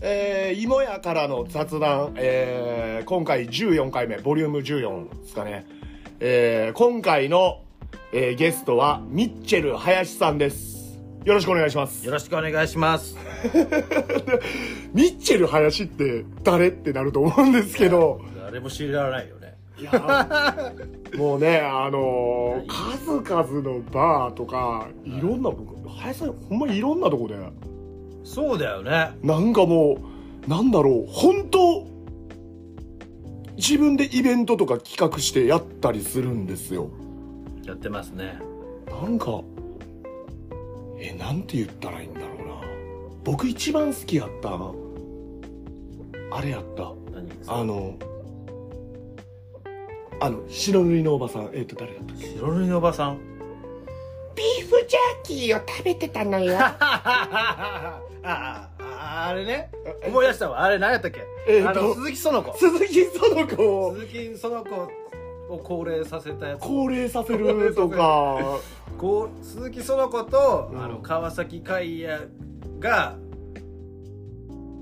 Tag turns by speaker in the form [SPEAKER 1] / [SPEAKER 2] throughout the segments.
[SPEAKER 1] えー、芋屋からの雑談、えー、今回14回目、ボリューム14ですかね。えー、今回の、えー、ゲストは、ミッチェル林さんです。よろしくお願いします
[SPEAKER 2] よ。ろしくお願いします。
[SPEAKER 1] ミッチェル林って誰ってなると思うんですけど、
[SPEAKER 2] 誰も知らないよね。
[SPEAKER 1] もうね、あのー数々のバーとか、いろんな、林さんほんまにいろんなとこで、
[SPEAKER 2] そうだよね。
[SPEAKER 1] なんかもう、なんだろう、本当自分でイベントとか企画してやったりするんですよ。
[SPEAKER 2] やってますね。
[SPEAKER 1] なんか、え、なんて言ったらいいんだろうな。僕一番好きやった、あれやった。
[SPEAKER 2] 何です
[SPEAKER 1] あの、あの、白塗りのおばさん、えっ、と、誰だったっけ
[SPEAKER 2] 白塗りのおばさん。
[SPEAKER 1] ビーフジャーキーを食べてたのよ。
[SPEAKER 2] ああ、ああれね。思い出したわ。あれ何やったっけ
[SPEAKER 1] えっと
[SPEAKER 2] あの、鈴木園子。
[SPEAKER 1] 鈴木園子を
[SPEAKER 2] 鈴木園子を高齢させたやつ。
[SPEAKER 1] 高齢させるとか、
[SPEAKER 2] こう鈴木園子と、
[SPEAKER 1] うん
[SPEAKER 2] あの川崎海也が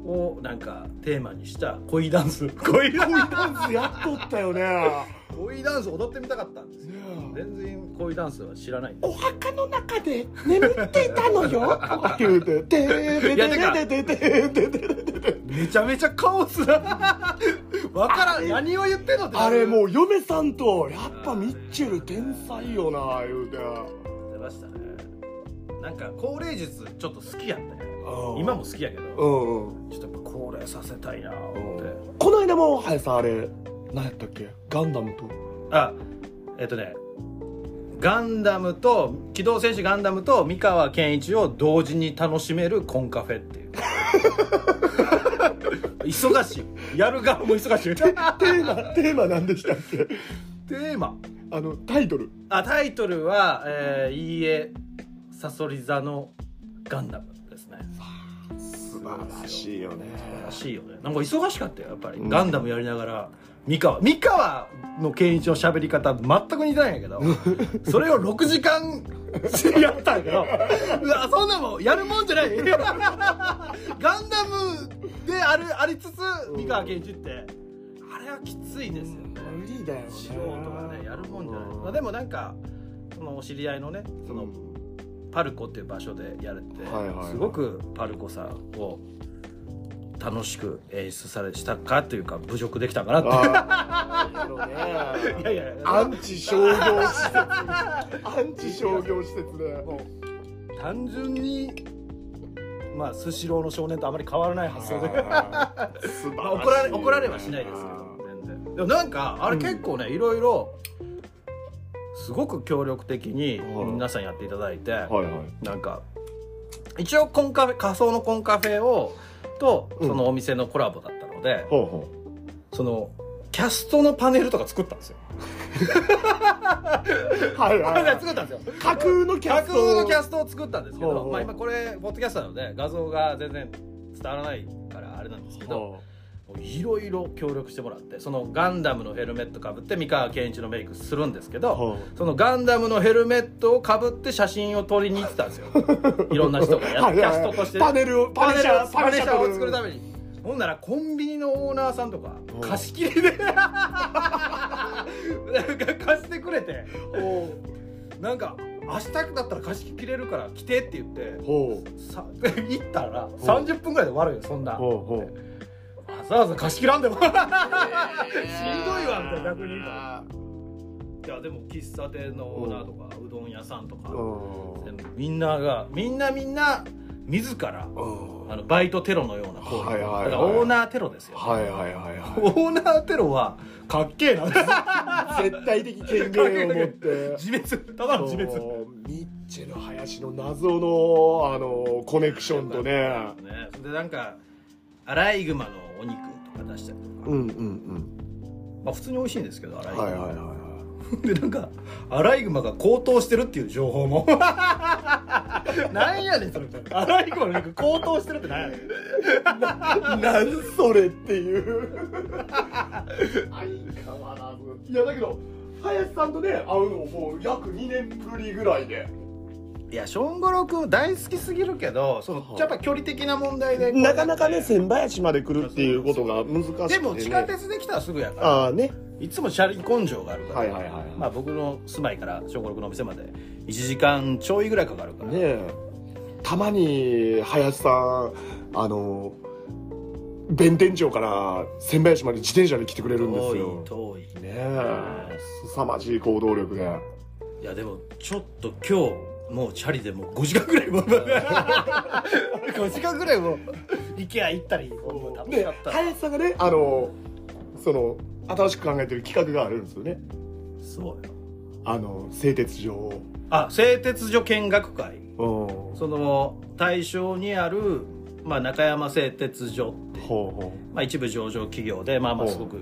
[SPEAKER 2] をなんかテーマにした恋ダンス恋ダン
[SPEAKER 1] 恋ダンスやっとったよね。
[SPEAKER 2] ス 恋ダンス踊ってみたかったんですよ
[SPEAKER 1] ねえ
[SPEAKER 2] 全然恋ダンスは知らないんで
[SPEAKER 1] お墓の中で眠っていたのよとか言うて、てーてーてーてーてーてーてーてーてーてー
[SPEAKER 2] めちゃめちゃカオ スだわからん何を言ってんのって
[SPEAKER 1] あれも
[SPEAKER 2] う
[SPEAKER 1] う嫁さんと、やっぱミッチェル天才よな、言うて。
[SPEAKER 2] 出ましたねなんか高齢術ちょっと好きやったよ
[SPEAKER 1] うん
[SPEAKER 2] 今も好きやけど、
[SPEAKER 1] うんうん。
[SPEAKER 2] ちょっとやっぱ高齢させたいなと思って、
[SPEAKER 1] この間も、はやさんあれ、何やったっけガンダムと。
[SPEAKER 2] あえっとねガンダムと機動戦士ガンダムと三河健一を同時に楽しめるコンカフェって いう忙しいやる側も忙しいテ
[SPEAKER 1] テーマ、テーマ何でしたっけ
[SPEAKER 2] ーマ
[SPEAKER 1] あの、タイトル。
[SPEAKER 2] あタイトルは「えー、いいえさそり座のガンダム」ですね
[SPEAKER 1] 素晴らしいよね。
[SPEAKER 2] らしいよねなんか忙しかったよやっぱり、ガンダムやりながら三河三河の健一の喋り方全く似てないんやけどそれを6時間やったんやけどうわそんなもんやるもんじゃない ガンダムであるありつつ三河健一ってあれはきついですよね
[SPEAKER 1] 無理だよね。
[SPEAKER 2] 素人がねやるもんじゃない、まあ、
[SPEAKER 1] で
[SPEAKER 2] でもなんかそのお知り合いのねその、パルコっていう場所でやれて、
[SPEAKER 1] はいはいはい
[SPEAKER 2] すごくパルコさんを楽しく演出されしたかというか侮辱できたかなって
[SPEAKER 1] ああ、
[SPEAKER 2] いやいやいや
[SPEAKER 1] アンチ商業施設。アンチ商業施設で。
[SPEAKER 2] もう単純にまあスシローの少年とあまり変わらない発想で、
[SPEAKER 1] あー素晴
[SPEAKER 2] ま
[SPEAKER 1] ら
[SPEAKER 2] あ、
[SPEAKER 1] しい
[SPEAKER 2] 怒られ怒られはしないですけど全然でもなんかあれ結構ね、いろいろすごく協力的に
[SPEAKER 1] はい
[SPEAKER 2] 皆さんやっていただいて、
[SPEAKER 1] はいはい。
[SPEAKER 2] なんか一応コンカフェ仮想のコンカフェをと
[SPEAKER 1] うん
[SPEAKER 2] そのお店のコラボだったので、
[SPEAKER 1] ほうほ
[SPEAKER 2] そのキャストのパネルとか作ったんですよ。
[SPEAKER 1] う。はいはいはい。
[SPEAKER 2] 作ったんですよ。
[SPEAKER 1] 架空のキャ
[SPEAKER 2] 架
[SPEAKER 1] スト。
[SPEAKER 2] 空のキャストを作ったんですけ
[SPEAKER 1] ほうほ
[SPEAKER 2] ど、
[SPEAKER 1] う
[SPEAKER 2] まあ今これポッドキャストなので画像が全然伝わらないからあれなんですけど、
[SPEAKER 1] ほ
[SPEAKER 2] いろいろ協力してもらって、そのガンダムのヘルメットかぶって三河健一のメイクするんですけ
[SPEAKER 1] う
[SPEAKER 2] ど、
[SPEAKER 1] ほ
[SPEAKER 2] そのガンダムのヘルメットをかぶって写真を撮りに行ってたんです よ。いろんな人が
[SPEAKER 1] う
[SPEAKER 2] やっキャストとして
[SPEAKER 1] パネルを、
[SPEAKER 2] パネルをパ
[SPEAKER 1] パネ
[SPEAKER 2] ネ
[SPEAKER 1] ル
[SPEAKER 2] ル
[SPEAKER 1] シャ
[SPEAKER 2] を作るためにほんならコンビニのオーナーさんとか
[SPEAKER 1] うん
[SPEAKER 2] 貸し切りで なんか貸してくれて
[SPEAKER 1] ほ
[SPEAKER 2] なんか明日だったら貸し切れるから来てって言って
[SPEAKER 1] う。ほう。
[SPEAKER 2] さ 行ったら30分ぐらいで終わるよそんなわ
[SPEAKER 1] ほうほう。
[SPEAKER 2] ざわざ貸し切らんでも しんどいわみたいな逆に言うから
[SPEAKER 1] あ
[SPEAKER 2] いやでも喫茶店のオーナーとかうどん屋さんとか
[SPEAKER 1] ー
[SPEAKER 2] 全部みんながみんなみんな自ら
[SPEAKER 1] うん。
[SPEAKER 2] あのバイトテロのような行為、
[SPEAKER 1] はいはいはい
[SPEAKER 2] だからオーナーテロですよ、
[SPEAKER 1] はいはいはいは
[SPEAKER 2] オーナーテロはかっけえな
[SPEAKER 1] い。絶対的権限を持って。
[SPEAKER 2] 自滅ただの自滅
[SPEAKER 1] そうミッチェル林の謎のあのコネクションとね
[SPEAKER 2] ねでなんかアライグマのお肉とか出したりとか、
[SPEAKER 1] うんうん
[SPEAKER 2] まあ、普通に美味しいんですけどア
[SPEAKER 1] う
[SPEAKER 2] ライ
[SPEAKER 1] ん
[SPEAKER 2] グマ、
[SPEAKER 1] はいはいはいはい
[SPEAKER 2] でなんかアライグマが高騰してるっていう情報もなんやねんそれアライグマの肉高騰してるってなんやねん
[SPEAKER 1] なんそれっていう相変わらずいやだけど林さんとね会うのもう約2年ぶりぐらいで
[SPEAKER 2] いやションゴロ君大好きすぎるけどその
[SPEAKER 1] い
[SPEAKER 2] やっぱ距離的な問題で
[SPEAKER 1] なかなかね千林まで来るっていうことが難しくて、ね、
[SPEAKER 2] でも地下鉄できたらすぐやから
[SPEAKER 1] ああね
[SPEAKER 2] いつも車輪根性があるから、
[SPEAKER 1] はいはいはいはい
[SPEAKER 2] まあ、僕の住まいから小五六のお店まで1時間ちょいぐらいかかるから、
[SPEAKER 1] ねえたまに林さんあの弁天町から千林まで自転車で来てくれるんですよ
[SPEAKER 2] 遠い遠い
[SPEAKER 1] ねえ凄まじい行動力で
[SPEAKER 2] いやでもちょっと今日もうチャリでもう5時間ぐらい も5時間ぐらいもう IKEA 行ったりもう楽し
[SPEAKER 1] で
[SPEAKER 2] かった
[SPEAKER 1] 林さんがねあのその新しく考えてる企画があるんですよね
[SPEAKER 2] すごい
[SPEAKER 1] あの製鉄所を
[SPEAKER 2] あ製鉄所見学会
[SPEAKER 1] うん
[SPEAKER 2] その対象にある、まあ、中山製鉄所って、
[SPEAKER 1] ほうほ
[SPEAKER 2] まあ、一部上場企業でまあまあ
[SPEAKER 1] ほう
[SPEAKER 2] すごく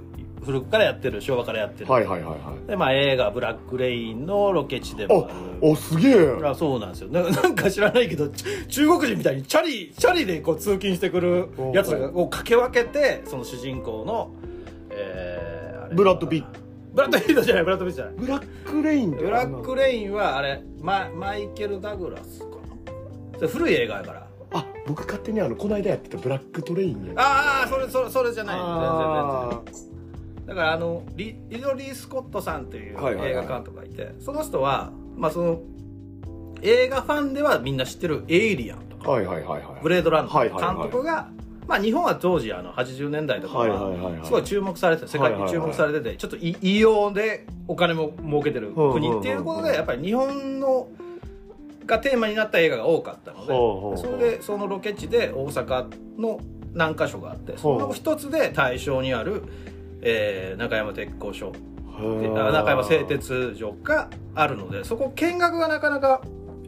[SPEAKER 2] 古くからやってる昭和からやって
[SPEAKER 1] う
[SPEAKER 2] る、
[SPEAKER 1] はいはいはいはい
[SPEAKER 2] でまあ映画「ブラック・レイン」のロケ地でもある
[SPEAKER 1] おおすげえ
[SPEAKER 2] あそうなんですよな なんか知らないけどち中国人みたいにチャリチャリでこう通勤してくるやつらを駆け分けてその主人公の、えーあれ
[SPEAKER 1] ブラッドピット
[SPEAKER 2] ブラッドピットじゃないブラッドピットじゃない
[SPEAKER 1] ブラックレインって
[SPEAKER 2] ブラックレインはあれママイケル・ダグラスかなそれ古い映画やから
[SPEAKER 1] あ僕勝手にあのこの間やってたブラックトレインや
[SPEAKER 2] ああそれそれそれじゃない全然全然
[SPEAKER 1] あ
[SPEAKER 2] だからあのリリドリー・スコットさんという
[SPEAKER 1] はいはいはい
[SPEAKER 2] 映画監督がいて、その人はまあその映画ファンではみんな知ってる「エイリアン」とか
[SPEAKER 1] ーはいはいはいはい
[SPEAKER 2] ブレードランド
[SPEAKER 1] はい
[SPEAKER 2] 監
[SPEAKER 1] はいはい
[SPEAKER 2] 督が、まあ、日本は当時あの80年代とか
[SPEAKER 1] はいはいはいはい
[SPEAKER 2] すごい注目されてた世界に注目されててちょっとい異様でお金も儲けてる
[SPEAKER 1] うんうんうんう
[SPEAKER 2] 国
[SPEAKER 1] ん
[SPEAKER 2] っていうことでやっぱり日本のがテーマになった映画が多かったの
[SPEAKER 1] ほうほうほう
[SPEAKER 2] でそれでそのロケ地で大阪の何か所があってその一つで対象にある、えー中山鉄工所
[SPEAKER 1] へ
[SPEAKER 2] で
[SPEAKER 1] ー
[SPEAKER 2] 中山製鉄所があるのでそこ見学がなかなか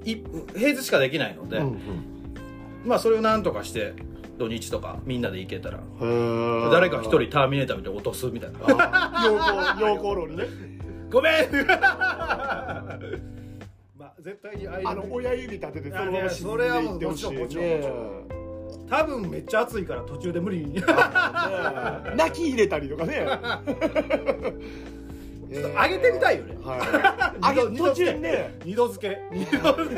[SPEAKER 2] い平日しかできないので。
[SPEAKER 1] うんうん
[SPEAKER 2] まあそれをなんとかして土日とかみんなで行けたら
[SPEAKER 1] へー
[SPEAKER 2] 誰か一人ターミネーターみたいに落とすみたいな
[SPEAKER 1] あー陽光陽光炉にね
[SPEAKER 2] ごめん まあ絶対にああいう
[SPEAKER 1] あの親指立ててそのまま沈
[SPEAKER 2] そ
[SPEAKER 1] んで
[SPEAKER 2] れはいも
[SPEAKER 1] っ
[SPEAKER 2] う
[SPEAKER 1] てほ
[SPEAKER 2] もち
[SPEAKER 1] し
[SPEAKER 2] ろ
[SPEAKER 1] い
[SPEAKER 2] ん
[SPEAKER 1] ね
[SPEAKER 2] もちろんもちろん多分めっちゃ暑いから途中で無理にちょっ
[SPEAKER 1] ね泣き入れたりとか ね
[SPEAKER 2] と上げてみたいよね
[SPEAKER 1] はい上げ途中にね
[SPEAKER 2] 二度漬け二度漬け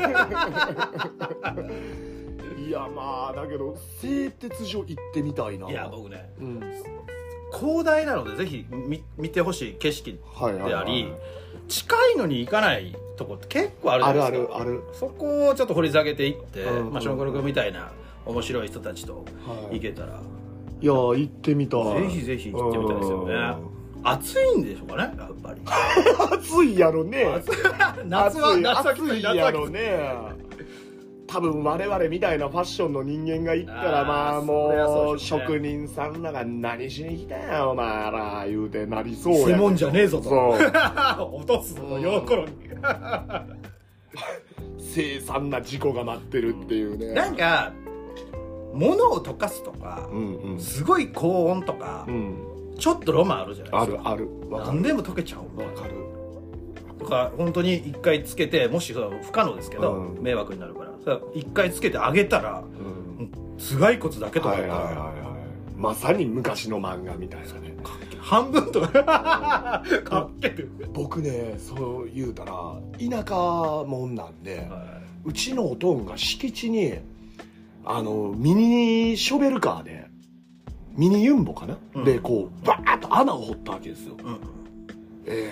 [SPEAKER 1] いやまあだけど製鉄所行ってみたいない
[SPEAKER 2] いや僕ね
[SPEAKER 1] うん
[SPEAKER 2] 広大なのでぜひ見見てほしい景色
[SPEAKER 1] はいはい
[SPEAKER 2] で
[SPEAKER 1] は
[SPEAKER 2] あ
[SPEAKER 1] い
[SPEAKER 2] り近いのに行かないとこって結構あるじ
[SPEAKER 1] あ
[SPEAKER 2] ゃ
[SPEAKER 1] る
[SPEAKER 2] な
[SPEAKER 1] あ
[SPEAKER 2] いです
[SPEAKER 1] る
[SPEAKER 2] か
[SPEAKER 1] ある
[SPEAKER 2] そこをちょっと掘り下げていって、
[SPEAKER 1] うん
[SPEAKER 2] まあ、ショーゴル君みたいな面白い人たちと
[SPEAKER 1] はい
[SPEAKER 2] 行けたら、
[SPEAKER 1] いや行ってみたい
[SPEAKER 2] ぜひぜひ行ってみたいですよね
[SPEAKER 1] う
[SPEAKER 2] 暑いんでしょうかねやっぱり
[SPEAKER 1] 暑いやろね
[SPEAKER 2] 暑い 夏は
[SPEAKER 1] 暑い
[SPEAKER 2] 夏はきつ
[SPEAKER 1] 暑
[SPEAKER 2] い
[SPEAKER 1] い
[SPEAKER 2] 夏
[SPEAKER 1] や
[SPEAKER 2] は
[SPEAKER 1] ろ
[SPEAKER 2] きつい
[SPEAKER 1] ね多分我々みたいなファッションの人間が行ったら
[SPEAKER 2] あー
[SPEAKER 1] まあ
[SPEAKER 2] そりゃ
[SPEAKER 1] も
[SPEAKER 2] そううでしょうね
[SPEAKER 1] 職人さんらが何しに来たんやお前ら言うてなりそうや
[SPEAKER 2] せもんじゃねえぞと
[SPEAKER 1] そう
[SPEAKER 2] 落とすぞよころに
[SPEAKER 1] 凄惨な事故が待ってるっていうね
[SPEAKER 2] なんか物を溶かすとか
[SPEAKER 1] う、んうん
[SPEAKER 2] すごい高温とか、
[SPEAKER 1] うん
[SPEAKER 2] ちょっとロマンあるじゃない
[SPEAKER 1] あ
[SPEAKER 2] です
[SPEAKER 1] る
[SPEAKER 2] か
[SPEAKER 1] あるわか
[SPEAKER 2] 何
[SPEAKER 1] る
[SPEAKER 2] でも溶けちゃうみたい
[SPEAKER 1] わ
[SPEAKER 2] な
[SPEAKER 1] かる
[SPEAKER 2] とか本当に一回つけてもしそれは不可能ですけど、
[SPEAKER 1] うん
[SPEAKER 2] 迷惑になるからそれは一回つけてあげたら
[SPEAKER 1] うん
[SPEAKER 2] 頭蓋骨だけとか
[SPEAKER 1] は
[SPEAKER 2] だ
[SPEAKER 1] い
[SPEAKER 2] っ
[SPEAKER 1] は
[SPEAKER 2] た
[SPEAKER 1] い
[SPEAKER 2] ら、
[SPEAKER 1] はいはいまさに昔の漫画みたいなね
[SPEAKER 2] 半分とか かっける、
[SPEAKER 1] 僕ねそう言うたら田舎もんなんで、うちのおとんが敷地にあのミニショベルカーでミニユンボかな、
[SPEAKER 2] うん
[SPEAKER 1] でこうバーッと穴を掘ったわけですよ、え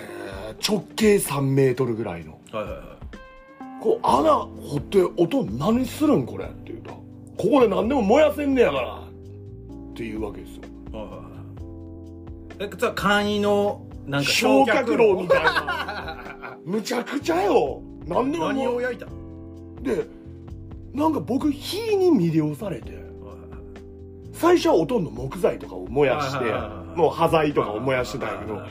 [SPEAKER 1] ー直径3メートルぐらいの
[SPEAKER 2] はいはいはい
[SPEAKER 1] こう穴掘っておとん何するんこれって言うとここで何でも燃やせんねやからっていうわけですよ
[SPEAKER 2] はいはいはいえじゃあ簡易のなんか
[SPEAKER 1] 焼却炉み
[SPEAKER 2] い
[SPEAKER 1] たいなむちゃくちゃよ何でも燃
[SPEAKER 2] 何
[SPEAKER 1] や
[SPEAKER 2] を焼いたの
[SPEAKER 1] でなんか僕火に魅了されて最初はほとんど木材とかを燃やして
[SPEAKER 2] はいはいはいはい
[SPEAKER 1] もう端材とかを燃やしてたんやけど
[SPEAKER 2] はいはい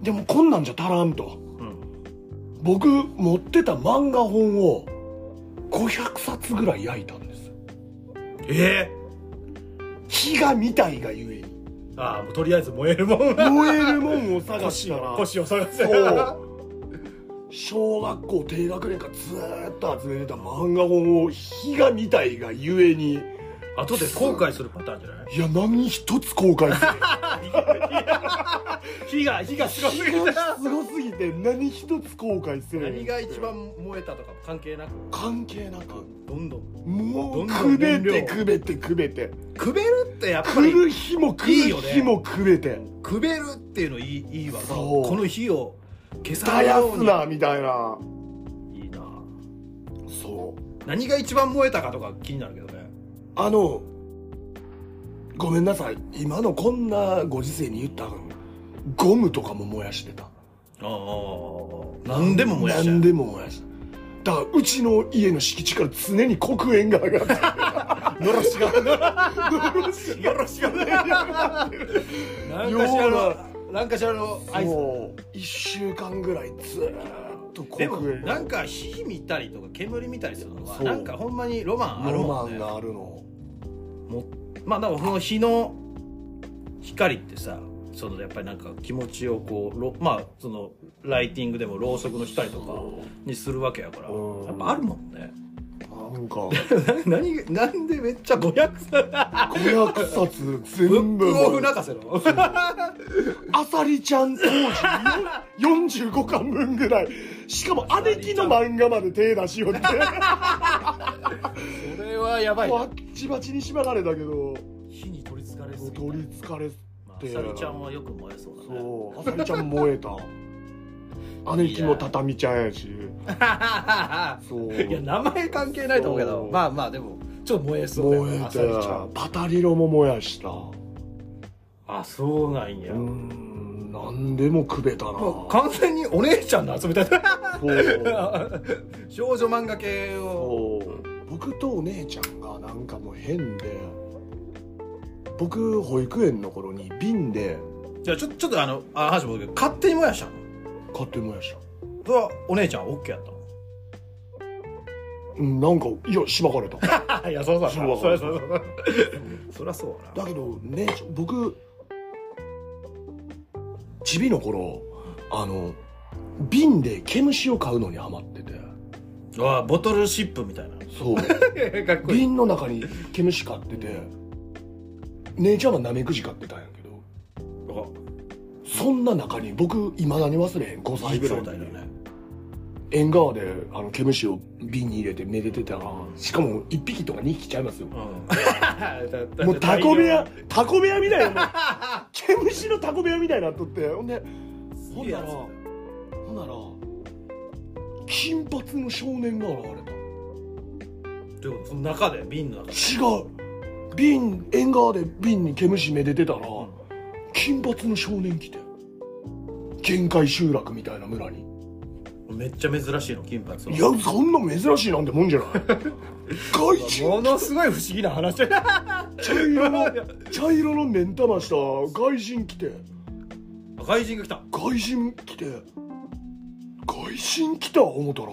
[SPEAKER 1] でもこんなんじゃ足らんと
[SPEAKER 2] うん
[SPEAKER 1] 僕持ってた漫画本を500冊ぐらい焼いたんです
[SPEAKER 2] え
[SPEAKER 1] 火が見たいがゆえに
[SPEAKER 2] ー、ああもうとりあえず燃えるもん
[SPEAKER 1] 燃えるもんを探し
[SPEAKER 2] 腰
[SPEAKER 1] たら
[SPEAKER 2] を腰を探せ
[SPEAKER 1] そう小学校低学年からずーっと集めてた漫画本を火が見たいがゆえに
[SPEAKER 2] 後で後悔するパターンじゃない
[SPEAKER 1] いや何一つ後悔す る
[SPEAKER 2] 火が火がすごすぎた
[SPEAKER 1] すごすぎて何一つ後悔する
[SPEAKER 2] 何が一番燃えたとか関係なく
[SPEAKER 1] 関係なく
[SPEAKER 2] どんどん
[SPEAKER 1] も
[SPEAKER 2] ど
[SPEAKER 1] うん
[SPEAKER 2] どん
[SPEAKER 1] くべ
[SPEAKER 2] 燃料
[SPEAKER 1] てくべてくべて
[SPEAKER 2] くべるってやっぱ
[SPEAKER 1] 来
[SPEAKER 2] り
[SPEAKER 1] る日も来
[SPEAKER 2] いい
[SPEAKER 1] る
[SPEAKER 2] よね
[SPEAKER 1] 日もくべて
[SPEAKER 2] くべるっていうのいいいいわ
[SPEAKER 1] そう
[SPEAKER 2] この火を消
[SPEAKER 1] 絶
[SPEAKER 2] さない
[SPEAKER 1] や
[SPEAKER 2] よ
[SPEAKER 1] す
[SPEAKER 2] う
[SPEAKER 1] なみたいな
[SPEAKER 2] にいいな
[SPEAKER 1] そう
[SPEAKER 2] 何が一番燃えたかとか気になるけどね
[SPEAKER 1] あのごめんなさい今のこんなご時世に言ったらあかんゴムとかも燃やしてた
[SPEAKER 2] ああ何でも燃やしちゃ
[SPEAKER 1] 何
[SPEAKER 2] う
[SPEAKER 1] でも燃やしただからうちの家の敷地から常に黒煙が上がってる
[SPEAKER 2] のろしがのろしが 何かしら
[SPEAKER 1] 要は
[SPEAKER 2] の何かしらの合図
[SPEAKER 1] もう1週間ぐらいずーっと
[SPEAKER 2] で
[SPEAKER 1] 黒
[SPEAKER 2] も
[SPEAKER 1] 煙
[SPEAKER 2] なんか火見たりとか煙見たりするのは
[SPEAKER 1] そう
[SPEAKER 2] なんかほんまにロマンある
[SPEAKER 1] ロ
[SPEAKER 2] も
[SPEAKER 1] マ
[SPEAKER 2] んね
[SPEAKER 1] ンがあるの
[SPEAKER 2] もまあだからその日の光ってさそのやっぱりなんか気持ちをこうろまあそのライティングでもろうそくの光とかにするわけやから
[SPEAKER 1] うん
[SPEAKER 2] やっぱあるもんね
[SPEAKER 1] なんか
[SPEAKER 2] 何がなんでめっちゃ500冊
[SPEAKER 1] 500冊
[SPEAKER 2] ブ
[SPEAKER 1] 全
[SPEAKER 2] ックオフ
[SPEAKER 1] 部
[SPEAKER 2] 泣かせろ
[SPEAKER 1] あさりちゃん当時45巻分ぐらいしかも姉貴の漫画まで手出しよって
[SPEAKER 2] それはやばい
[SPEAKER 1] バ
[SPEAKER 2] な
[SPEAKER 1] ッチバチに縛られたけど
[SPEAKER 2] 火に取りつかれすぎた
[SPEAKER 1] 取りつかれ
[SPEAKER 2] まああさりちゃんはよく燃えそうだね
[SPEAKER 1] そうあさりちゃん燃えた姉貴も畳ちゃんやしそう
[SPEAKER 2] いや名前関係ないと思うけ
[SPEAKER 1] そ
[SPEAKER 2] ど
[SPEAKER 1] う
[SPEAKER 2] まあまあでもちょっと燃えそうだよ
[SPEAKER 1] 燃え
[SPEAKER 2] あさりちゃ
[SPEAKER 1] た
[SPEAKER 2] ん
[SPEAKER 1] パタリロも燃やしたう
[SPEAKER 2] あそうなんや
[SPEAKER 1] ーん何でもくべたな
[SPEAKER 2] もう完全にお姉ちゃんの遊びたい
[SPEAKER 1] そう
[SPEAKER 2] 少女漫画系を
[SPEAKER 1] そう僕とお姉ちゃんがなんかもう変で僕保育園の頃に瓶で
[SPEAKER 2] じゃあちょちょっとあのあ話戻るけど勝手に燃やしたの
[SPEAKER 1] 買って燃やした
[SPEAKER 2] それはお姉ちゃん OK やったの
[SPEAKER 1] うんなんかいやしばかれた だ
[SPEAKER 2] あいやそうだ
[SPEAKER 1] そう
[SPEAKER 2] そりゃそうだ そりゃそうだな
[SPEAKER 1] けど姉ちゃん僕ちびの頃あの瓶で毛虫を買うのにハマってて
[SPEAKER 2] あボトルシップみたいな
[SPEAKER 1] そう
[SPEAKER 2] かっ
[SPEAKER 1] 瓶の中に毛虫買ってて姉ちゃんがナメクジ買ってたんやけどそんな中に僕いまだに忘れへん5
[SPEAKER 2] い
[SPEAKER 1] 歳
[SPEAKER 2] い
[SPEAKER 1] ぐら
[SPEAKER 2] 状
[SPEAKER 1] い
[SPEAKER 2] 態だね
[SPEAKER 1] 縁側であの毛虫を瓶に入れてめでてたらしかも1匹とか2匹ちゃいますよも
[SPEAKER 2] うん
[SPEAKER 1] うタコ部 屋タコ部屋みたいなもう毛虫のタコ部屋みたいになっとってほんでほんならほんなら金髪の少年が現れた
[SPEAKER 2] でもその中で瓶の中で
[SPEAKER 1] 違う瓶縁側で瓶に毛虫めでてたら金髪の少年来て限界集落みたいな村に
[SPEAKER 2] めっちゃ珍しいの金髪はい
[SPEAKER 1] やそんな珍しいなんてもんじゃない外人
[SPEAKER 2] ものすごい不思議な話
[SPEAKER 1] 茶色の茶色の目ん玉した外人来て
[SPEAKER 2] 外人が来た
[SPEAKER 1] 外人来て外人来た思ったら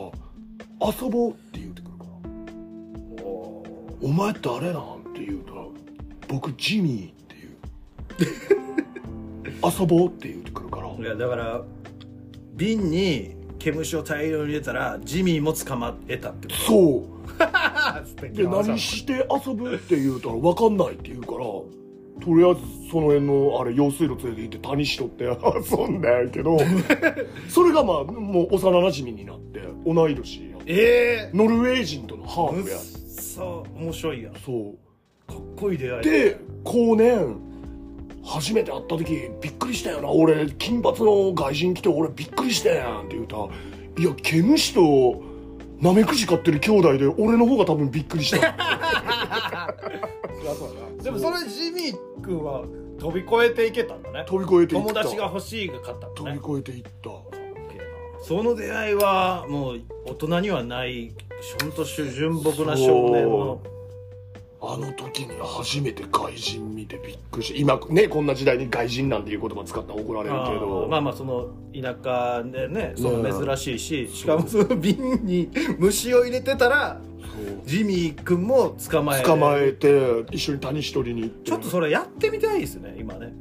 [SPEAKER 1] 遊ぼうって言うてくるから「お前誰なん?」って言うたら「僕ジミー」っていう「遊ぼう」って言うてくるから
[SPEAKER 2] いやだから瓶に毛虫を大量に入れたらジミーも捕まえたってこ
[SPEAKER 1] そう
[SPEAKER 2] と素敵
[SPEAKER 1] で何して遊ぶって言うたら分かんないって言うからとりあえずその辺のあれ用水路連れて行って谷しとって 遊んだんやけどそれがまあもう幼馴染になって同い年や
[SPEAKER 2] ええ
[SPEAKER 1] ノルウェー人とのハ
[SPEAKER 2] う
[SPEAKER 1] ー
[SPEAKER 2] っ
[SPEAKER 1] フや
[SPEAKER 2] そう面白いやんか
[SPEAKER 1] そ
[SPEAKER 2] っこいい出会
[SPEAKER 1] う
[SPEAKER 2] い
[SPEAKER 1] で後年初めて会った時びっくりしたよな俺金髪の外人来て俺びっくりしたやんって言うたらいや毛虫とナメクジ飼ってる兄弟で俺の方が多分びっくりした
[SPEAKER 2] でもそれジミー君は飛び越えていけたんだね
[SPEAKER 1] 飛び越えていっ
[SPEAKER 2] 友
[SPEAKER 1] た
[SPEAKER 2] 達が欲しいが勝ったん
[SPEAKER 1] 飛
[SPEAKER 2] だ
[SPEAKER 1] び
[SPEAKER 2] ね
[SPEAKER 1] 越えていった
[SPEAKER 2] その出会いはもう大人にはないほんと純朴な少年の
[SPEAKER 1] あの時に初めて外人見てびっくりした今ねこんな時代に外人なんていう言葉使ったら怒られるけ
[SPEAKER 2] あ
[SPEAKER 1] ど
[SPEAKER 2] ーまあまあその田舎でねその珍しいし、しかもその瓶に虫を入れてたら
[SPEAKER 1] そう
[SPEAKER 2] ジミー君も捕まえ
[SPEAKER 1] 捕まえて一緒に谷一人に行って
[SPEAKER 2] ちょっとそれ やってみたいですね 今ね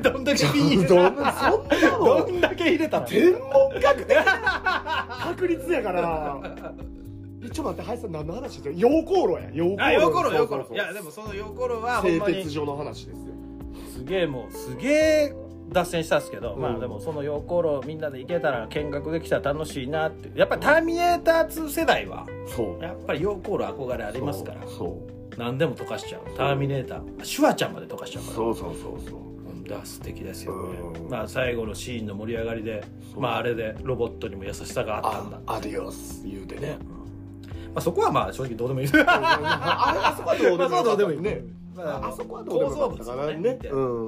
[SPEAKER 2] どんだけ瓶入れ
[SPEAKER 1] どん
[SPEAKER 2] た
[SPEAKER 1] なそんな
[SPEAKER 2] ど
[SPEAKER 1] の
[SPEAKER 2] んだけ入れたら
[SPEAKER 1] 天文学的確率やからえちょっと待って林さん何の話してる溶鉱炉や溶
[SPEAKER 2] あよころよこ
[SPEAKER 1] そうそう
[SPEAKER 2] ろ
[SPEAKER 1] そう
[SPEAKER 2] いやでもそのよころはほん
[SPEAKER 1] 製
[SPEAKER 2] まに
[SPEAKER 1] 鉄所の話ですよ
[SPEAKER 2] すげえもうすげえ脱線したんですけど、
[SPEAKER 1] うん
[SPEAKER 2] まあでもその陽光炉みんなで行けたら見学できたら楽しいなってやっぱりターミネーター2世代は
[SPEAKER 1] そう
[SPEAKER 2] やっぱり陽光炉憧れあ
[SPEAKER 1] あ
[SPEAKER 2] りますから
[SPEAKER 1] そう
[SPEAKER 2] 何でも溶かしちゃうターミネーターシュワちゃんまで溶かしちゃうから
[SPEAKER 1] そうそうそうそう
[SPEAKER 2] うんだから素敵ですよね
[SPEAKER 1] うん
[SPEAKER 2] まあ最後のシーンの盛り上がりで
[SPEAKER 1] そう
[SPEAKER 2] まああれでロボットにも優しさがあったんだ
[SPEAKER 1] あアディオス言うて ね
[SPEAKER 2] まあそこはまあ正直どうで もいいです
[SPEAKER 1] あれあそこはどうでもよかった
[SPEAKER 2] まあそうどうでもいい
[SPEAKER 1] ね
[SPEAKER 2] まあ
[SPEAKER 1] ああそこはどうでもよかったか
[SPEAKER 2] 構
[SPEAKER 1] ら
[SPEAKER 2] 造物
[SPEAKER 1] ね
[SPEAKER 2] ですよね
[SPEAKER 1] うん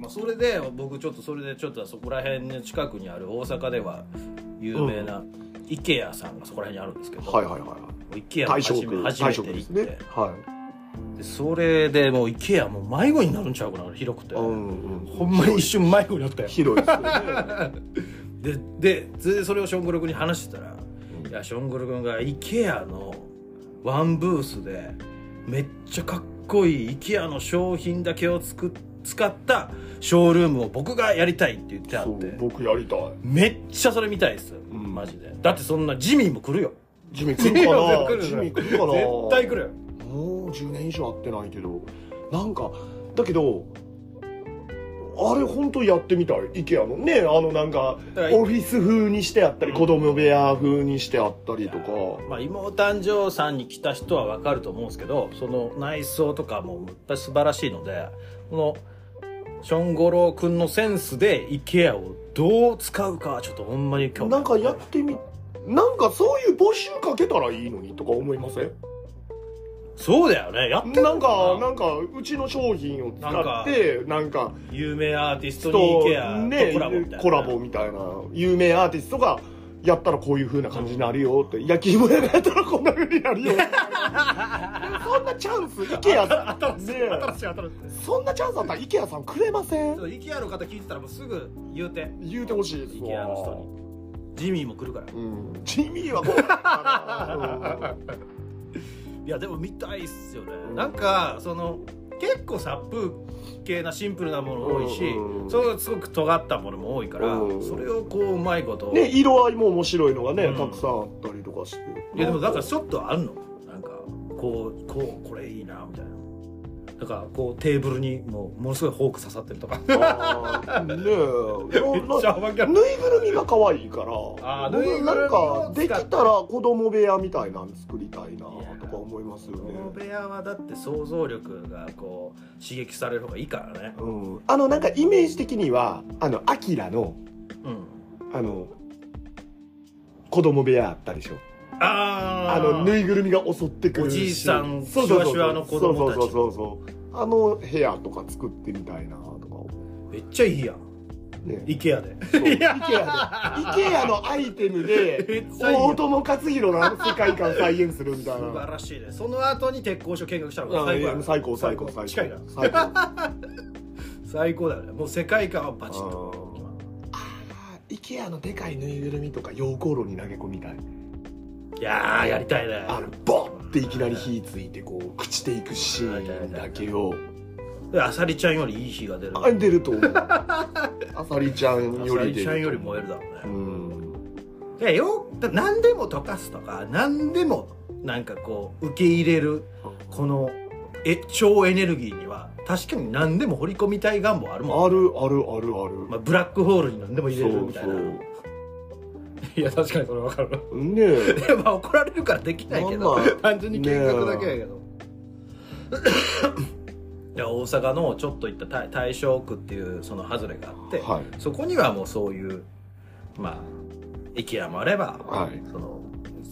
[SPEAKER 2] まあ、それで僕ちょっとそれでちょっとそこら辺の近くにある大阪では有名な IKEA さんがそこら辺にあるんですけど、
[SPEAKER 1] はいはいは
[SPEAKER 2] IKEA
[SPEAKER 1] い
[SPEAKER 2] も
[SPEAKER 1] 大
[SPEAKER 2] 初
[SPEAKER 1] 正
[SPEAKER 2] め
[SPEAKER 1] 区大
[SPEAKER 2] 初め
[SPEAKER 1] 正
[SPEAKER 2] て
[SPEAKER 1] 区で
[SPEAKER 2] 行っ
[SPEAKER 1] す
[SPEAKER 2] て
[SPEAKER 1] ねは
[SPEAKER 2] でそれでもう IKEA もう迷子になるんちゃうかな広くて、
[SPEAKER 1] いうんうん
[SPEAKER 2] ほんまに一瞬迷子になったよ
[SPEAKER 1] 広い ですよね
[SPEAKER 2] でででそれをショングル君に話してたら、いやショングル君が IKEA のワンブースでめっちゃかっこいい IKEA の商品だけをつく使ったショールームを僕がやりたいって言ってあ
[SPEAKER 1] そ
[SPEAKER 2] って
[SPEAKER 1] う僕やりたい
[SPEAKER 2] めっちゃそれ見たいです、
[SPEAKER 1] ん
[SPEAKER 2] マジでだってそんなジミーも来るよ
[SPEAKER 1] ジミー来るか
[SPEAKER 2] 来
[SPEAKER 1] な
[SPEAKER 2] る
[SPEAKER 1] ジミー来るかな
[SPEAKER 2] 絶対来るよ
[SPEAKER 1] もう10年以上会ってないけどなんかだけどあれ本当やってみたい IKEA のねあのなんか
[SPEAKER 2] だから
[SPEAKER 1] オフィス風にしてあったり子供部屋風にしてあったりとか
[SPEAKER 2] まあ妹誕生さんに来た人は分かると思うんですけどその内装とかもやっぱり素晴らしいのでこのションゴロウ君のセンスで IKEA をどう使うかはちょっとほんまに興味
[SPEAKER 1] なんかやってみなんかそういう募集かけたらいいのにとか思いません
[SPEAKER 2] そうだよねやってる
[SPEAKER 1] な
[SPEAKER 2] の
[SPEAKER 1] んかなんかうちの商品を使ってなんか
[SPEAKER 2] 有名アーティスト
[SPEAKER 1] と
[SPEAKER 2] に IKEA とコラボみたいな、
[SPEAKER 1] コラボみたいな有名アーティストがやったらこういう風な感じになるよって、焼き芋屋がやったらこんな風になるよそんなチャンス IKEA さんねえ
[SPEAKER 2] しい新しい
[SPEAKER 1] そんなチャンスあったら IKEA さんくれませ
[SPEAKER 2] ちょっと
[SPEAKER 1] ん
[SPEAKER 2] IKEA の方聞いてたらもうすぐ言うて
[SPEAKER 1] 言うてほしいです
[SPEAKER 2] IKEA の人にジミーも来るから
[SPEAKER 1] うん、地味はこうだから、
[SPEAKER 2] いやでも見たいっすよねなんかその結構殺風景なシンプルなもの多いし、
[SPEAKER 1] うん
[SPEAKER 2] そのすごく尖ったものも多いから、
[SPEAKER 1] うん
[SPEAKER 2] それをこううまいこと、
[SPEAKER 1] うんね色合いも面白いのがね、
[SPEAKER 2] うん
[SPEAKER 1] たくさんあったりとかして
[SPEAKER 2] いやでもだからちょっとあるのなんかこうこうこれいいなみたいな。なんかこうテーブルにもうものすごいフォーク刺さって るとかめっ
[SPEAKER 1] あーねえいろんな
[SPEAKER 2] ちゃ幅が
[SPEAKER 1] ぬいぐるみが可愛いから
[SPEAKER 2] あー
[SPEAKER 1] 僕
[SPEAKER 2] ぬいぐるみを
[SPEAKER 1] なんか
[SPEAKER 2] 使っ
[SPEAKER 1] で
[SPEAKER 2] て
[SPEAKER 1] きたら子供部屋みたいなの作りたいなとか思いますよ
[SPEAKER 2] この
[SPEAKER 1] ね
[SPEAKER 2] 部屋はだって想像力がこう刺激される方がいいからね
[SPEAKER 1] うん、あのなんかイメージ的にはあのアキラの
[SPEAKER 2] うん
[SPEAKER 1] あの子供部屋あったでしょ
[SPEAKER 2] あ
[SPEAKER 1] あ
[SPEAKER 2] ー
[SPEAKER 1] のぬいぐるみが襲ってくる
[SPEAKER 2] おじいさん
[SPEAKER 1] そうそうそう
[SPEAKER 2] シュワシュワの子供たち
[SPEAKER 1] そうそうそうそうあの部屋とか作ってみたいなとか思
[SPEAKER 2] めっちゃいいやん
[SPEAKER 1] うね
[SPEAKER 2] IKEA で
[SPEAKER 1] そう IKEA で IKEA のアイテム
[SPEAKER 2] め
[SPEAKER 1] で
[SPEAKER 2] っちゃいいやん
[SPEAKER 1] 大友克洋のあの世界観再現するみたい
[SPEAKER 2] 素
[SPEAKER 1] な
[SPEAKER 2] 晴らしいねその後に鉄工所見学したのが最高や
[SPEAKER 1] あ
[SPEAKER 2] ね
[SPEAKER 1] 最高最高最高
[SPEAKER 2] 近いな
[SPEAKER 1] 最高
[SPEAKER 2] 最高だよねもう世界観はバチッと
[SPEAKER 1] イケアのでかいぬいぐるみとか溶鉱炉に投げ込みたい
[SPEAKER 2] いやーやりたいね
[SPEAKER 1] あのボンっていきなり火ついてこう朽ちていくシーンだけを
[SPEAKER 2] であさりちゃんよりいい日が出る
[SPEAKER 1] あ出ると思うあさりちゃん
[SPEAKER 2] あ
[SPEAKER 1] よ
[SPEAKER 2] さ
[SPEAKER 1] り
[SPEAKER 2] り
[SPEAKER 1] 出
[SPEAKER 2] ちゃんより
[SPEAKER 1] る
[SPEAKER 2] 燃えるだろ
[SPEAKER 1] う
[SPEAKER 2] うね、
[SPEAKER 1] ん
[SPEAKER 2] いやよだ何でも溶かすとか何でもなんかこう受け入れるこのえ超エネルギーには確かに何でも掘り込みたい願望あるもん
[SPEAKER 1] あるあるあるある
[SPEAKER 2] まあ、ブラックホールに何でも入れるみたいな
[SPEAKER 1] そう
[SPEAKER 2] いや確かにそれ分かる
[SPEAKER 1] そうねえ
[SPEAKER 2] いや まあ怒られるからできないけ
[SPEAKER 1] ま
[SPEAKER 2] ど、
[SPEAKER 1] あまあ
[SPEAKER 2] 単純に見学だけやけど、いや大阪のちょっと行った大大正区っていうその外れがあって、
[SPEAKER 1] はい
[SPEAKER 2] そこにはもうそういうまあ IKEA もあれば、
[SPEAKER 1] はい
[SPEAKER 2] その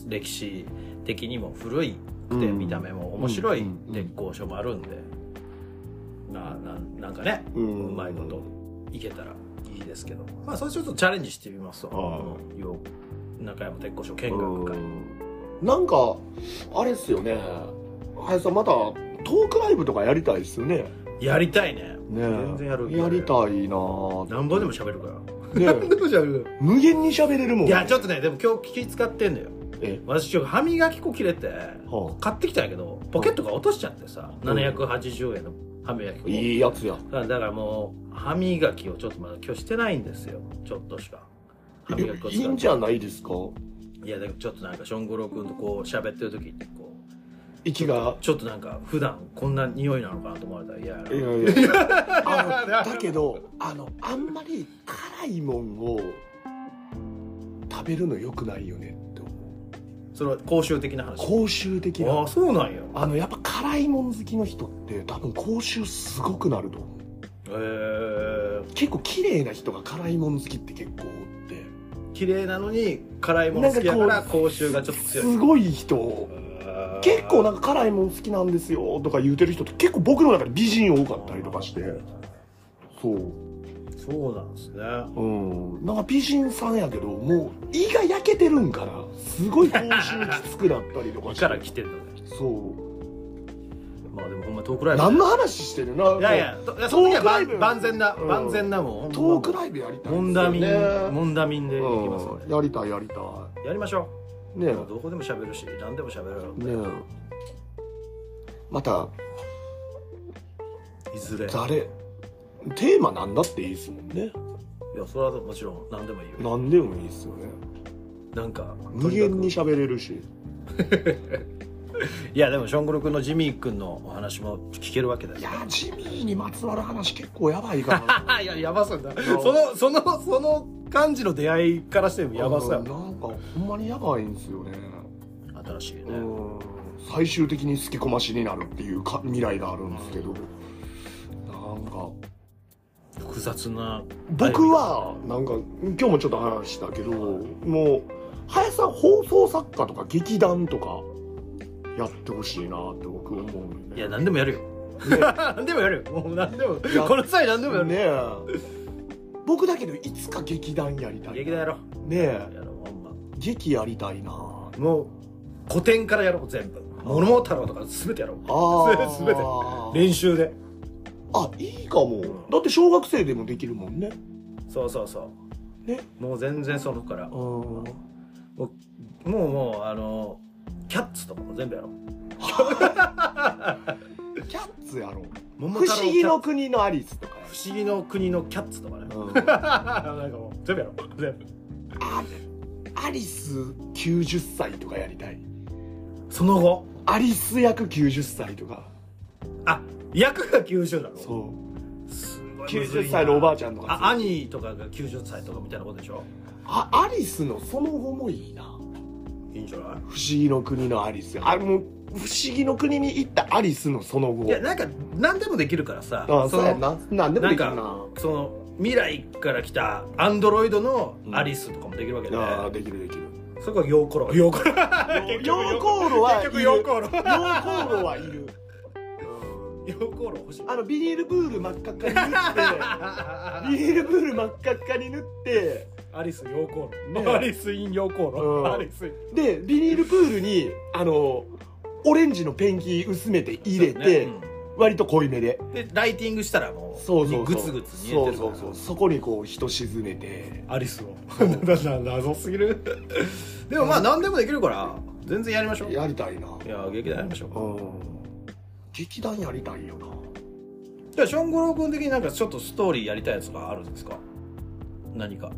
[SPEAKER 2] 歴史的にも古いくて
[SPEAKER 1] うん
[SPEAKER 2] 見た目も面白い
[SPEAKER 1] うん
[SPEAKER 2] 鉄工所もあるんで、まあなんなんかね、
[SPEAKER 1] う
[SPEAKER 2] うんまいこといけたらいいですけどまあそれちょっとチャレンジしてみますわ、
[SPEAKER 1] は
[SPEAKER 2] よ中山鉄工所見学会
[SPEAKER 1] うんなんかあれっすよね林さんまたトークライブとかやりたいっすよね
[SPEAKER 2] やりたいね
[SPEAKER 1] ね
[SPEAKER 2] 全然やる
[SPEAKER 1] やりたいな
[SPEAKER 2] 何本でも喋るから
[SPEAKER 1] ぁ、 ね
[SPEAKER 2] でも喋る
[SPEAKER 1] え、無限に喋れるもん
[SPEAKER 2] いやちょっとねでも今日気使ってんのよ
[SPEAKER 1] え
[SPEAKER 2] 私今日歯磨き粉切れて
[SPEAKER 1] は
[SPEAKER 2] 買ってきたんやけどポケットが落としちゃってさ
[SPEAKER 1] うん
[SPEAKER 2] 780円の歯磨き
[SPEAKER 1] あ、
[SPEAKER 2] 粉
[SPEAKER 1] いいやつや
[SPEAKER 2] だからもう歯磨きをちょっとまだ今日してないんですよちょっとしか歯磨き粉
[SPEAKER 1] いいんじゃないですか
[SPEAKER 2] いいやだからちょっとなんかションゴロウ君とこう喋ってる時にこう
[SPEAKER 1] 息が
[SPEAKER 2] ちょっとなんか普段こんな匂いなのかなと思われたら嫌やない
[SPEAKER 1] やいやあのだけどあのあんまり辛いもんを食べるのよくないよねって思う
[SPEAKER 2] それは公衆的な話
[SPEAKER 1] 口臭的
[SPEAKER 2] あ
[SPEAKER 1] な
[SPEAKER 2] あそうなんや
[SPEAKER 1] あのやっぱ辛いもん好きの人って多分口臭すごくなると思う
[SPEAKER 2] えー、
[SPEAKER 1] 結構綺麗な人が辛いもん好きって結構おって
[SPEAKER 2] 綺麗なのに辛いもの好きやから口臭がちょっと強い
[SPEAKER 1] すごい人
[SPEAKER 2] あー
[SPEAKER 1] 結構なんか辛いもん好きなんですよとか言うてる人って結構僕の中で美人多かったりとかしてそう
[SPEAKER 2] そうなんですね
[SPEAKER 1] うんなんか美人さんやけどもう胃が焼けてるんかなすごい口臭きつくなったりとか
[SPEAKER 2] 胃
[SPEAKER 1] して
[SPEAKER 2] から来てるのね
[SPEAKER 1] そう
[SPEAKER 2] まあでもほんまトークライブ
[SPEAKER 1] 何の話してるない
[SPEAKER 2] やいやといやその時は
[SPEAKER 1] トークライブ
[SPEAKER 2] 万万全な
[SPEAKER 1] うん
[SPEAKER 2] 万全なもん
[SPEAKER 1] トークライブやりたい
[SPEAKER 2] モン
[SPEAKER 1] ん
[SPEAKER 2] ダミン
[SPEAKER 1] ね
[SPEAKER 2] モンダミンでいきますよ
[SPEAKER 1] うんやりたいやりた
[SPEAKER 2] やりましょ
[SPEAKER 1] いね
[SPEAKER 2] うどこでも喋るし何でも喋るよ
[SPEAKER 1] えねえまた
[SPEAKER 2] いずれいや
[SPEAKER 1] 誰テーマなんだっていいですもんね
[SPEAKER 2] それはもちろん何でもいいよ
[SPEAKER 1] 何でもいいっすよね
[SPEAKER 2] なんか
[SPEAKER 1] 無限に喋れるし
[SPEAKER 2] いやでもショングル君のジミー君のお話も聞けるわけだよ
[SPEAKER 1] いやジミーにまつわる話結構やばいからな
[SPEAKER 2] あいややばそうだそのそのその感じの出会いからしても やばそうや
[SPEAKER 1] あのなんかほんまにやばいんですよね
[SPEAKER 2] もん新しいね
[SPEAKER 1] うん最終的に好きこましになるっていうか未来があるんですけどなんか
[SPEAKER 2] 複雑な
[SPEAKER 1] 僕はなんか今日もちょっと話したけどもう林さん放送作家とか劇団とかやってほしいなって僕思うん
[SPEAKER 2] い
[SPEAKER 1] で
[SPEAKER 2] や何でもやるよ 何でもやるよもう何でも
[SPEAKER 1] や
[SPEAKER 2] この際何でもやる
[SPEAKER 1] ねえ僕だけどいつか劇団やりたい
[SPEAKER 2] 劇団やろ
[SPEAKER 1] ねえ
[SPEAKER 2] うやろうほんま
[SPEAKER 1] 劇やりたいな
[SPEAKER 2] もう古典からやろう全部「物語太郎」とか全てやろう
[SPEAKER 1] ああ
[SPEAKER 2] それ全て練習で
[SPEAKER 1] あいいかもだって小学生でもできるもんね
[SPEAKER 2] そうそうそう
[SPEAKER 1] ね
[SPEAKER 2] もう全然そのからも
[SPEAKER 1] うん
[SPEAKER 2] うもうあのキャッツとかも全部やろう
[SPEAKER 1] キャッツやろう
[SPEAKER 2] 桃
[SPEAKER 1] 不
[SPEAKER 2] 太郎
[SPEAKER 1] 思議の
[SPEAKER 2] キ
[SPEAKER 1] 国のアリスとかや
[SPEAKER 2] ャッツ不思議の国のキャッツとか ねなんかもう全部やろう全部
[SPEAKER 1] あアリス90歳とかやりたい
[SPEAKER 2] その後
[SPEAKER 1] アリス役90歳とか
[SPEAKER 2] あ役が90だろ
[SPEAKER 1] そう
[SPEAKER 2] すごいむずい
[SPEAKER 1] 90
[SPEAKER 2] な
[SPEAKER 1] 歳のおばあちゃんとか
[SPEAKER 2] あ兄とかが90歳とかみたいなことでしょ
[SPEAKER 1] あアリスのその後もいいない
[SPEAKER 2] いんじゃない
[SPEAKER 1] 不思議の国のアリスあもう不思議の国に行ったアリスのその後
[SPEAKER 2] いやなんか何でもできるからさ
[SPEAKER 1] あ
[SPEAKER 2] そ
[SPEAKER 1] そう
[SPEAKER 2] の
[SPEAKER 1] やななんでも
[SPEAKER 2] なん
[SPEAKER 1] できるな
[SPEAKER 2] かその未来から来たアンドロイドのアリスとかもできるわけで、
[SPEAKER 1] ああできるできる
[SPEAKER 2] そこは陽コロ陽 コロ
[SPEAKER 1] 陽光炉はい
[SPEAKER 2] 結
[SPEAKER 1] る
[SPEAKER 2] 局
[SPEAKER 1] 陽
[SPEAKER 2] 陽
[SPEAKER 1] 光
[SPEAKER 2] コロ
[SPEAKER 1] 炉はいる
[SPEAKER 2] 陽コロ欲しい
[SPEAKER 1] あのビニールプール真っ赤っかに塗ってビニールプール真っ赤っかに塗って
[SPEAKER 2] アリス陽コロ、
[SPEAKER 1] ね
[SPEAKER 2] アリスイン陽コロ、
[SPEAKER 1] うん
[SPEAKER 2] アリスイン
[SPEAKER 1] でビニールプールにあのオレンジのペンキ薄めて入れ
[SPEAKER 2] そう
[SPEAKER 1] て、
[SPEAKER 2] ね
[SPEAKER 1] 割と濃いめで
[SPEAKER 2] うんでライティングしたらもう
[SPEAKER 1] そうそうそう
[SPEAKER 2] グツグツ煮えてるから
[SPEAKER 1] そうそうそうそこにこう人沈めて
[SPEAKER 2] アリスを なな謎すぎる でもまあ何でもできるから全然やりましょういや
[SPEAKER 1] やりたいな
[SPEAKER 2] 劇団やりましょう
[SPEAKER 1] うん劇団やりたいよな
[SPEAKER 2] じゃあションゴロウ君的になんかちょっとストーリーやりたいやつがあるんですか何か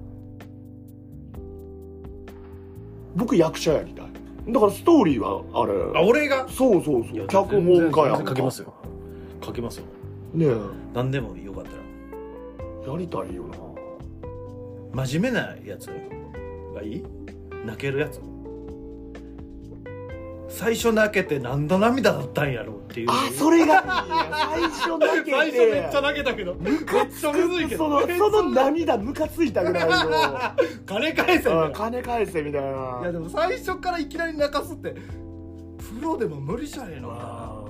[SPEAKER 1] 僕役者やりたいだからストーリーはあ
[SPEAKER 2] あ
[SPEAKER 1] れ
[SPEAKER 2] 俺が
[SPEAKER 1] そうそうそう脚本家やんか
[SPEAKER 2] 書けますよ書けますよ
[SPEAKER 1] ね
[SPEAKER 2] 何でもよかったら
[SPEAKER 1] えやりたいよな
[SPEAKER 2] 真面目なやつがいい泣けるやつ最初泣けてなんだ涙だったんやろうっていう
[SPEAKER 1] あそれがいいや最初だけで
[SPEAKER 2] 最初めっちゃ泣けたけどめっちゃむずいけ
[SPEAKER 1] そ
[SPEAKER 2] ど
[SPEAKER 1] のその涙ムカつい たぐらいの
[SPEAKER 2] 金返せみたい
[SPEAKER 1] あ
[SPEAKER 2] な
[SPEAKER 1] ー金返せみたいない
[SPEAKER 2] やでも最初からいきなり泣かすってプロでも無理じゃねえのみたいな
[SPEAKER 1] あ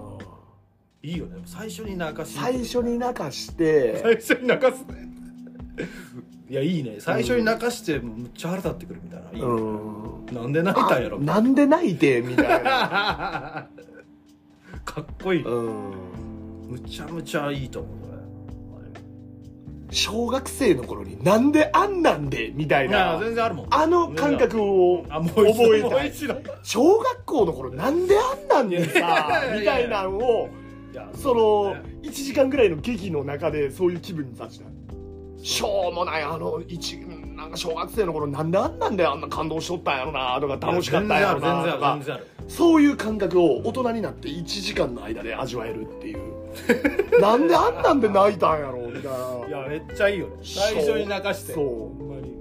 [SPEAKER 1] ー
[SPEAKER 2] いいよね最初に泣かし
[SPEAKER 1] 最初に泣かして
[SPEAKER 2] 最初に泣かすね いやいいね最初に泣かしてむっちゃ腹立ってくるみたいないいね、
[SPEAKER 1] うん
[SPEAKER 2] なんで泣いたんやろ
[SPEAKER 1] あなんで泣いてみたいな
[SPEAKER 2] か っこいい
[SPEAKER 1] うん
[SPEAKER 2] むちゃむちゃいいと思う
[SPEAKER 1] 小学生の頃になんであんなんでみた
[SPEAKER 2] これ
[SPEAKER 1] い
[SPEAKER 2] いや
[SPEAKER 1] な
[SPEAKER 2] 全然あるもん
[SPEAKER 1] あの感覚を
[SPEAKER 2] あもう一
[SPEAKER 1] 覚え
[SPEAKER 2] 度も
[SPEAKER 1] た
[SPEAKER 2] う
[SPEAKER 1] い
[SPEAKER 2] 一度い
[SPEAKER 1] 小学校の頃なんであんなんで
[SPEAKER 2] いや
[SPEAKER 1] さ
[SPEAKER 2] いやいや
[SPEAKER 1] みたいなのを
[SPEAKER 2] や
[SPEAKER 1] その1時間ぐらいの劇の中でそういう気分にさせたしょうもないあの一なんか小学生の頃なんであんなんであんな感動しとったんやろなとか楽しかったんやろ
[SPEAKER 2] 全然
[SPEAKER 1] な
[SPEAKER 2] あ
[SPEAKER 1] と
[SPEAKER 2] る全
[SPEAKER 1] か
[SPEAKER 2] 然ある
[SPEAKER 1] そういう感覚を大人になって1時間の間で味わえるっていう なんであんなんで泣いたんやろみたいない
[SPEAKER 2] 全然あるいやめっちゃいいよね最初に泣かして
[SPEAKER 1] そう
[SPEAKER 2] ほんまに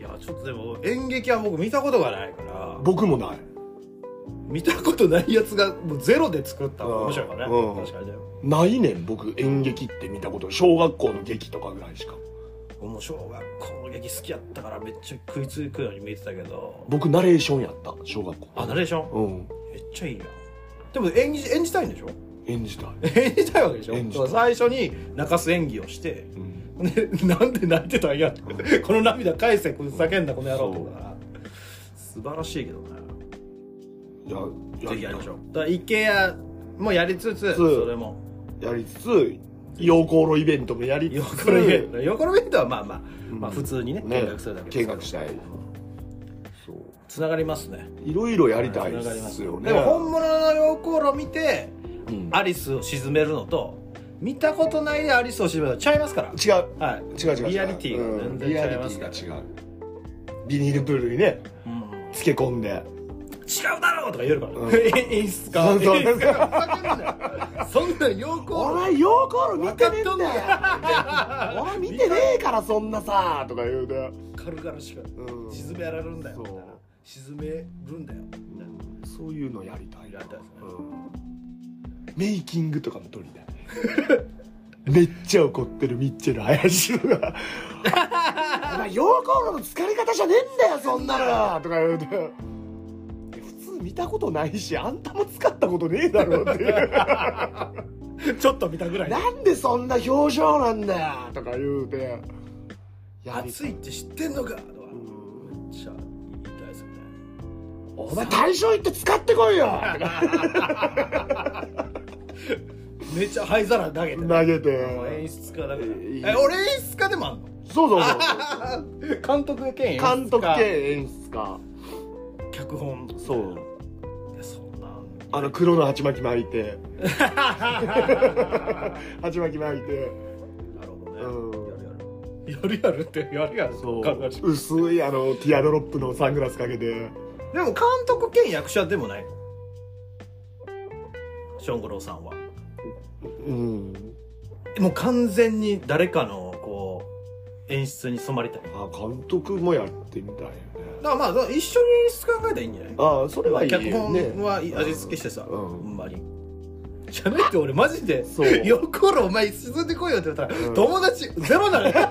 [SPEAKER 2] いやちょっとでも演劇は僕見たことがないから
[SPEAKER 1] 僕もない
[SPEAKER 2] 見たことないやつがもうゼロで作った
[SPEAKER 1] うん
[SPEAKER 2] 面白いからね、
[SPEAKER 1] うん
[SPEAKER 2] 確かにね
[SPEAKER 1] ないねん僕演劇って見たこと小学校の劇とかぐらいしか
[SPEAKER 2] もう小学校の劇好きやったからめっちゃ食いつくように見えてたけど
[SPEAKER 1] 僕ナレーションやった小学校
[SPEAKER 2] あナレーション
[SPEAKER 1] うん
[SPEAKER 2] めっちゃいいやんでも演技演じたいんでしょ
[SPEAKER 1] 演じたい、
[SPEAKER 2] 演じたいわけでしょ
[SPEAKER 1] 演じたい
[SPEAKER 2] 最初に泣かす演技をして
[SPEAKER 1] うん
[SPEAKER 2] でなんで泣いてたん やってこの涙返せこれ叫んだこの野郎とか素晴らしいけどね
[SPEAKER 1] いや
[SPEAKER 2] ぜひやりまし
[SPEAKER 1] ょ
[SPEAKER 2] ょうだから IKEA もやりつ
[SPEAKER 1] つ
[SPEAKER 2] つそれも
[SPEAKER 1] うやりつつ陽光炉イベントもやりつつ
[SPEAKER 2] 横のイベント横のイベントはまあまあ
[SPEAKER 1] うん
[SPEAKER 2] まあ普通にね見学するだけです
[SPEAKER 1] 見
[SPEAKER 2] けど
[SPEAKER 1] 学したいそう
[SPEAKER 2] つながりますね
[SPEAKER 1] いろいろやりたいっすよね
[SPEAKER 2] でも本物の陽光炉見て
[SPEAKER 1] うん
[SPEAKER 2] アリスを沈めるのと見たことないでアリスを沈めるのちゃいますから
[SPEAKER 1] 違う
[SPEAKER 2] はい
[SPEAKER 1] 違う違う違う
[SPEAKER 2] リアリティが全
[SPEAKER 1] うんリ
[SPEAKER 2] 然
[SPEAKER 1] ア
[SPEAKER 2] 違い
[SPEAKER 1] リ
[SPEAKER 2] ま
[SPEAKER 1] テ
[SPEAKER 2] すから
[SPEAKER 1] ィが違うビニールプールにね
[SPEAKER 2] うん
[SPEAKER 1] つけ込んで
[SPEAKER 2] 違うだろうとか言えるから、
[SPEAKER 1] うん
[SPEAKER 2] 演出家は
[SPEAKER 1] そ うそう
[SPEAKER 2] 演出家はふざけんなよそんなん陽光炉
[SPEAKER 1] 俺陽光炉見てねえんだよ
[SPEAKER 2] 分
[SPEAKER 1] 俺見てねえからそんなさとか言うて
[SPEAKER 2] 軽々しく
[SPEAKER 1] うん
[SPEAKER 2] 沈められるんだよ
[SPEAKER 1] そう
[SPEAKER 2] みたいな沈めるんだよみたいな
[SPEAKER 1] そういうのやりたいな
[SPEAKER 2] やりたいですね
[SPEAKER 1] うんメイキングとかも撮りたい めっちゃ怒ってるミッチェル林とか お前陽光炉の疲れ方じゃねえんだよそんなのとか言うて普通見たことないしあんたも使ったことねえだろっていう
[SPEAKER 2] ちょっと見たぐらい
[SPEAKER 1] なんでそんな表情なんだよとか言うてやり
[SPEAKER 2] 暑いって知ってんのかとか
[SPEAKER 1] ん
[SPEAKER 2] めっちゃ言いたいですよね
[SPEAKER 1] お前大将行って使ってこいよとか
[SPEAKER 2] めっちゃ灰皿投げてね
[SPEAKER 1] 投げ
[SPEAKER 2] もう演
[SPEAKER 1] て
[SPEAKER 2] 出家だ
[SPEAKER 1] い
[SPEAKER 2] から
[SPEAKER 1] い
[SPEAKER 2] え俺演出家でもあんの
[SPEAKER 1] そうそうそう
[SPEAKER 2] 監督兼演出家
[SPEAKER 1] 監督兼演出家
[SPEAKER 2] 脚本
[SPEAKER 1] そう
[SPEAKER 2] いやそんなん
[SPEAKER 1] あの黒の鉢巻き巻い て鉢巻き巻いて
[SPEAKER 2] なるほどね
[SPEAKER 1] う
[SPEAKER 2] やるやるやるやるってやるやる
[SPEAKER 1] そ
[SPEAKER 2] 考えちゃ
[SPEAKER 1] う薄いあのティアドロップのサングラスかけて
[SPEAKER 2] うでも監督兼役者でもないションゴロウさんは
[SPEAKER 1] うん
[SPEAKER 2] もう完全に誰かのこう演出に染まりたいだか
[SPEAKER 1] あ監督もやってみたいよね
[SPEAKER 2] らまあ一緒に演出考えたらいいんじゃない
[SPEAKER 1] ああそれはいいよ
[SPEAKER 2] 脚
[SPEAKER 1] ね
[SPEAKER 2] 本はいい味付けしてさ、
[SPEAKER 1] うん
[SPEAKER 2] ほんまにじゃないって俺マジで
[SPEAKER 1] そう
[SPEAKER 2] 横ろお前沈んでこいよって言ったら、
[SPEAKER 1] うん
[SPEAKER 2] 友達ゼロ なのよ
[SPEAKER 1] ふざ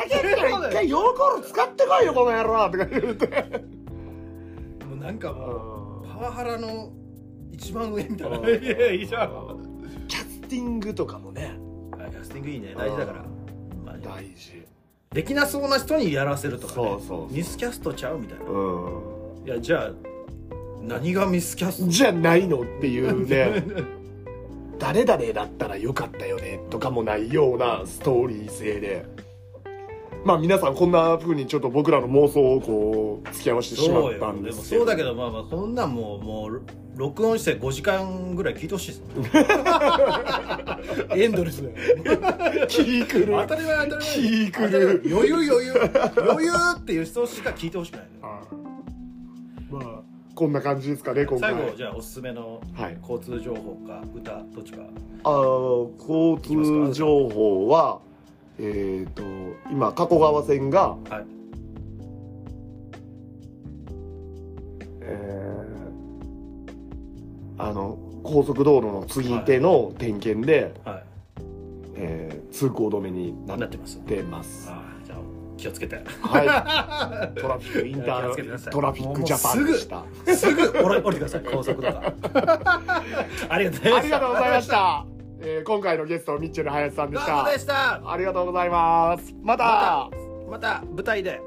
[SPEAKER 1] けんなよ一回陽光炉使ってこいよこの野郎とか言うて
[SPEAKER 2] もうなんか
[SPEAKER 1] う
[SPEAKER 2] もう、
[SPEAKER 1] ん
[SPEAKER 2] パワハラの一番上みたいな、
[SPEAKER 1] うん
[SPEAKER 2] いやいいじゃん
[SPEAKER 1] キャスティングとかもね
[SPEAKER 2] あキャスティングいいね大事だから、ほんまに
[SPEAKER 1] 大事
[SPEAKER 2] できなそうな人にやらせるとか、
[SPEAKER 1] そう
[SPEAKER 2] ね、
[SPEAKER 1] そうそう
[SPEAKER 2] ミスキャストちゃうみたいな、
[SPEAKER 1] う
[SPEAKER 2] いやじゃあ何がミスキャス
[SPEAKER 1] ん
[SPEAKER 2] ト
[SPEAKER 1] じゃないのっていうね誰々だったらよかったよねとかもないようなストーリー性でまあ皆さんこんな風にちょっと僕らの妄想をこう付き合わせてしま
[SPEAKER 2] そう
[SPEAKER 1] った
[SPEAKER 2] よ
[SPEAKER 1] ん
[SPEAKER 2] で
[SPEAKER 1] で
[SPEAKER 2] も
[SPEAKER 1] す
[SPEAKER 2] そうだけどまあまあそんなんもうもう録音して5時間ぐらい聞いてほしいです エンドレスだよ
[SPEAKER 1] キークル
[SPEAKER 2] 当たり前当た
[SPEAKER 1] キ
[SPEAKER 2] り
[SPEAKER 1] ーク
[SPEAKER 2] 前
[SPEAKER 1] ル
[SPEAKER 2] 余裕余裕余裕っていう人しか聞いてほしくないね
[SPEAKER 1] あまあこんな感じですかね今回
[SPEAKER 2] 最後じゃあおすすめの
[SPEAKER 1] はい
[SPEAKER 2] 交通情報か歌どっちか
[SPEAKER 1] あー交通情報はえっ、と今加古川線が、
[SPEAKER 2] はい
[SPEAKER 1] えーあの高速道路の継ぎ手の点検で、
[SPEAKER 2] は
[SPEAKER 1] えー通行止めにない
[SPEAKER 2] なっ
[SPEAKER 1] って
[SPEAKER 2] ます
[SPEAKER 1] てます。
[SPEAKER 2] ああじゃあ気をつけて
[SPEAKER 1] はい。トラフィックインタ
[SPEAKER 2] 気をつけてくださ
[SPEAKER 1] ー
[SPEAKER 2] い
[SPEAKER 1] トラフィックジャパンでした。
[SPEAKER 2] すぐ降り降りてください高速と かありがとうございました
[SPEAKER 1] ありがとうございました。えー今回のゲストミッチェル林さんでし
[SPEAKER 2] どう
[SPEAKER 1] た
[SPEAKER 2] も。でした
[SPEAKER 1] ありがとうございます。また
[SPEAKER 2] また舞台で